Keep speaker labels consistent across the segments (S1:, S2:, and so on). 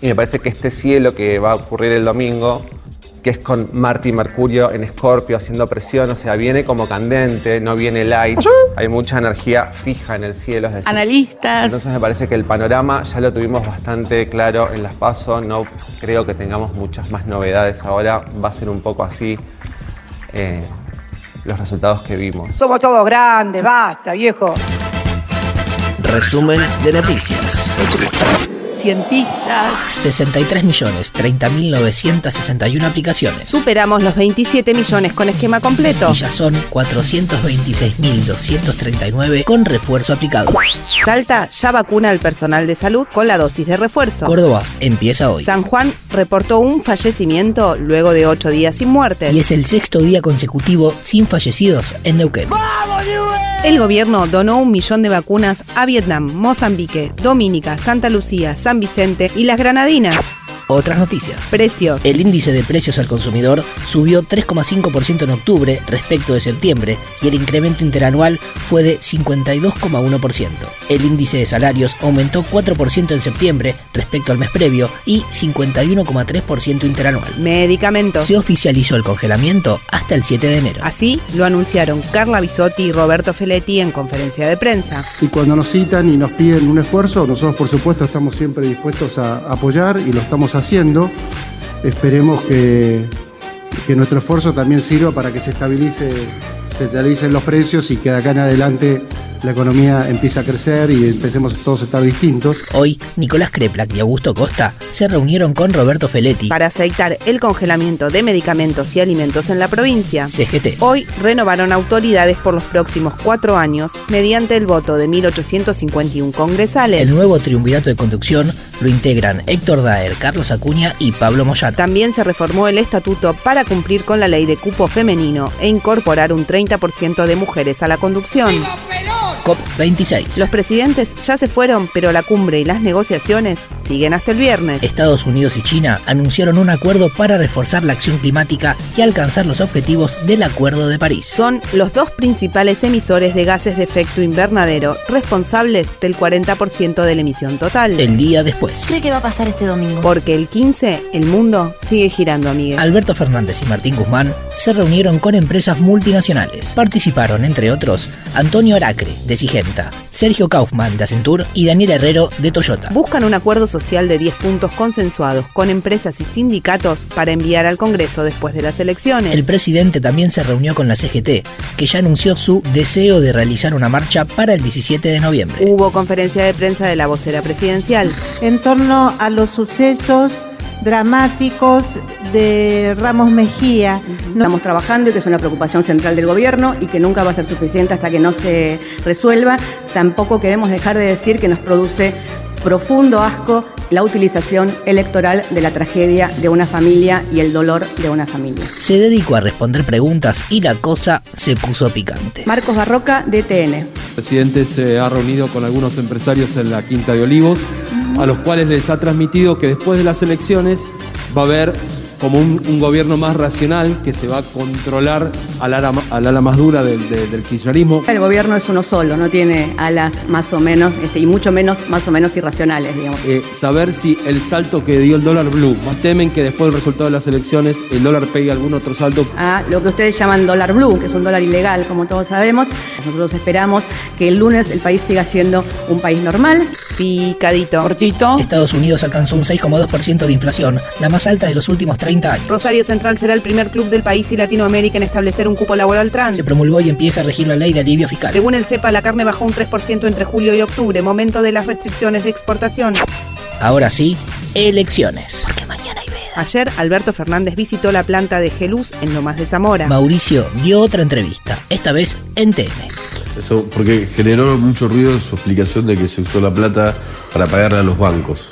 S1: Y me parece que este cielo que va a ocurrir el domingo, que es con Marte y Mercurio en Escorpio haciendo presión, o sea, viene como candente, no viene light, hay mucha energía fija en el cielo. es decir,
S2: Analistas.
S1: entonces me parece que el panorama ya lo tuvimos bastante claro en las PASO, no creo que tengamos muchas más novedades ahora, va a ser un poco así eh, los resultados que vimos.
S3: Somos todos grandes, basta, viejo.
S4: Resumen de noticias.
S2: Cientistas.
S4: 63 millones 30.961 aplicaciones.
S5: Superamos los 27 millones con esquema completo.
S4: Y ya son 426.239 con refuerzo aplicado.
S5: Salta ya vacuna al personal de salud con la dosis de refuerzo.
S4: Córdoba empieza hoy.
S5: San Juan reportó un fallecimiento luego de ocho días sin muerte.
S4: Y es el sexto día consecutivo sin fallecidos en Neuquén.
S5: El gobierno donó un millón de vacunas a Vietnam, Mozambique, Dominica, Santa Lucía, San Vicente y las Granadinas.
S4: Otras noticias.
S5: Precios.
S4: El índice de precios al consumidor subió 3,5% en octubre respecto de septiembre y el incremento interanual fue de 52,1%. El índice de salarios aumentó 4% en septiembre respecto al mes previo y 51,3% interanual.
S5: Medicamentos.
S4: Se oficializó el congelamiento hasta el 7 de enero.
S5: Así lo anunciaron Carla Bisotti y Roberto Feletti en conferencia de prensa.
S6: Y cuando nos citan y nos piden un esfuerzo, nosotros por supuesto estamos siempre dispuestos a apoyar y lo estamos haciendo. Esperemos que, que nuestro esfuerzo también sirva para que se estabilice, se estabilicen los precios y que de acá en adelante la economía empiece a crecer y empecemos todos a estar distintos.
S4: Hoy, Nicolás Kreplak y Augusto Costa se reunieron con Roberto Feletti,
S5: Para aceitar el congelamiento de medicamentos y alimentos en la provincia.
S4: CGT.
S5: Hoy renovaron autoridades por los próximos cuatro años mediante el voto de 1.851 congresales.
S4: El nuevo triunvirato de conducción lo integran Héctor Daer, Carlos Acuña y Pablo Moyano.
S5: También se reformó el estatuto para cumplir con la ley de cupo femenino e incorporar un 30% de mujeres a la conducción. Los
S4: COP26.
S5: presidentes ya se fueron, pero la cumbre y las negociaciones siguen hasta el viernes.
S4: Estados Unidos y China anunciaron un acuerdo para reforzar la acción climática y alcanzar los objetivos del Acuerdo de París.
S5: Son los dos principales emisores de gases de efecto invernadero, responsables del 40% de la emisión total.
S4: El día después.
S2: ¿Cree que va a pasar este domingo?
S5: Porque el 15, el mundo sigue girando, amigues.
S4: Alberto Fernández y Martín Guzmán se reunieron con empresas multinacionales. Participaron, entre otros, Antonio Aracre, de Sigenta, Sergio Kaufman, de Acentur y Daniel Herrero, de Toyota.
S5: Buscan un acuerdo social de 10 puntos consensuados con empresas y sindicatos para enviar al Congreso después de las elecciones.
S4: El presidente también se reunió con la CGT, que ya anunció su deseo de realizar una marcha para el 17 de noviembre.
S5: Hubo conferencia de prensa de la vocera presidencial.
S7: en torno a los sucesos dramáticos de Ramos Mejía. No-
S8: Estamos trabajando y que es una preocupación central del gobierno y que nunca va a ser suficiente hasta que no se resuelva. Tampoco queremos dejar de decir que nos produce profundo asco la utilización electoral de la tragedia de una familia y el dolor de una familia.
S4: Se dedicó a responder preguntas y la cosa se puso picante.
S8: Marcos Barroca, E DTN.
S9: El presidente se ha reunido con algunos empresarios en la Quinta de Olivos, a los cuales les ha transmitido que después de las elecciones va a haber como un, un gobierno más racional que se va a controlar al ala, al ala más dura del, de- del kirchnerismo.
S8: El gobierno es uno solo, no tiene alas más o menos, este, y mucho menos más o menos irracionales, digamos.
S9: Eh, saber si el salto que dio el dólar blue, más temen que después del resultado de las elecciones el dólar pegue algún otro salto
S8: a lo que ustedes llaman dólar blue, que es un dólar ilegal, como todos sabemos. Nosotros esperamos que el lunes el país siga siendo un país normal.
S5: Picadito.
S2: Cortito.
S4: Oh. Estados Unidos alcanzó un 6,2% de inflación, la más alta de los últimos 30 años.
S5: Rosario Central será el primer club del país y Latinoamérica en establecer un cupo laboral trans.
S4: Se promulgó y empieza a regir la ley de alivio fiscal.
S5: Según el CEPA, la carne bajó un 3% entre julio y octubre, momento de las restricciones de exportación.
S4: Ahora sí, elecciones.
S5: Ayer, Alberto Fernández visitó la planta de Gelús en Lomas de Zamora.
S4: Mauricio dio otra entrevista, esta vez en TN.
S10: Eso, porque generó mucho ruido su explicación de que se usó la plata para pagarle a los bancos.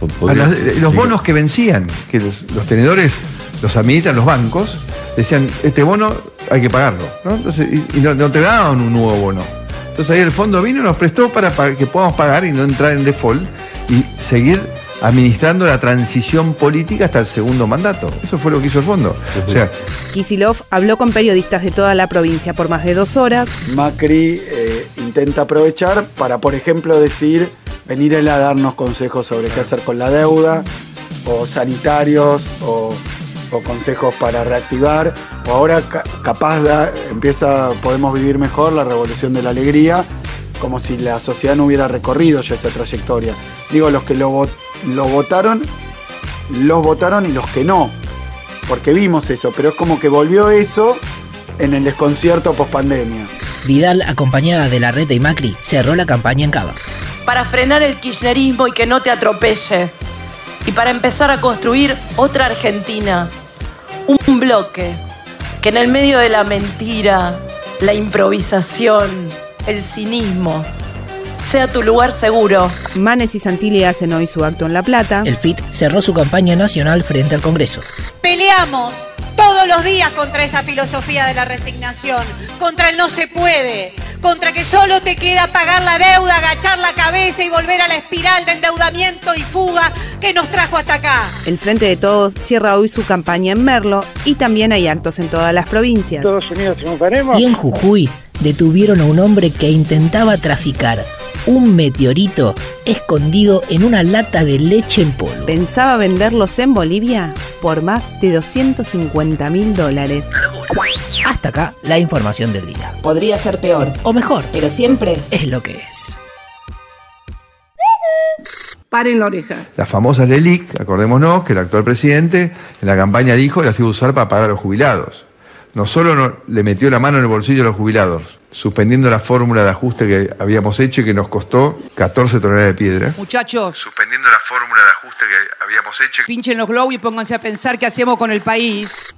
S10: Po-
S11: A
S10: podría-
S11: los, los bonos que vencían, que los, los tenedores los administran los bancos, decían, este bono hay que pagarlo, ¿no? Entonces, y, y no, no te daban un nuevo bono. Entonces ahí el fondo vino y nos prestó para, pa- que podamos pagar y no entrar en default y seguir administrando la transición política hasta el segundo mandato. Eso fue lo que hizo el fondo. O sea,
S5: Kisilov habló con periodistas de toda la provincia por más de dos horas.
S6: Macri eh, intenta aprovechar para, por ejemplo, decir
S8: venir él a darnos consejos sobre qué hacer con la deuda, o sanitarios, o, o consejos para reactivar. O ahora ca- capaz da- empieza, podemos vivir mejor la revolución de la alegría, como si la sociedad no hubiera recorrido ya esa trayectoria. Digo, los que lo, vo- lo votaron, los votaron y los que no, porque vimos eso, pero es como que volvió eso en el desconcierto post pandemia.
S4: Vidal, acompañada de Larreta y Macri, cerró la campaña en Cava.
S12: para frenar el kirchnerismo y que no te atropelle. Y para empezar a construir otra Argentina. Un bloque que en el medio de la mentira, la improvisación, el cinismo, sea tu lugar seguro.
S5: Manes y Santilli hacen hoy su acto en La Plata.
S4: El FIT cerró su campaña nacional frente al Congreso.
S13: Peleamos todos los días contra esa filosofía de la resignación, contra el no se puede, contra que solo te queda pagar la deuda, agachar la cabeza y volver a la espiral de endeudamiento y fuga que nos trajo hasta acá.
S5: El Frente de Todos cierra hoy su campaña en Merlo y también hay actos en todas las provincias.
S14: Todos unidos triunfaremos.
S4: Y en Jujuy detuvieron a un hombre que intentaba traficar un meteorito escondido en una lata de leche en polvo.
S5: Pensaba venderlos en Bolivia por más de 250 mil dólares.
S4: Hasta acá la información del día.
S5: Podría ser peor.
S4: O mejor.
S5: Pero siempre
S4: es lo que es.
S15: Paren la oreja.
S16: Las famosas LELIC, acordémonos que el actual presidente en la campaña dijo que las iba a usar para pagar a los jubilados. No solo no- le metió la mano en el bolsillo a los jubilados, suspendiendo la fórmula de ajuste que habíamos hecho y que nos costó 14 toneladas de
S12: ¿Eh?
S16: piedra.
S15: Muchachos.
S16: Suspendiendo la fórmula de ajuste que habíamos hecho.
S15: Pinchen los globos y pónganse a pensar qué hacemos con el país.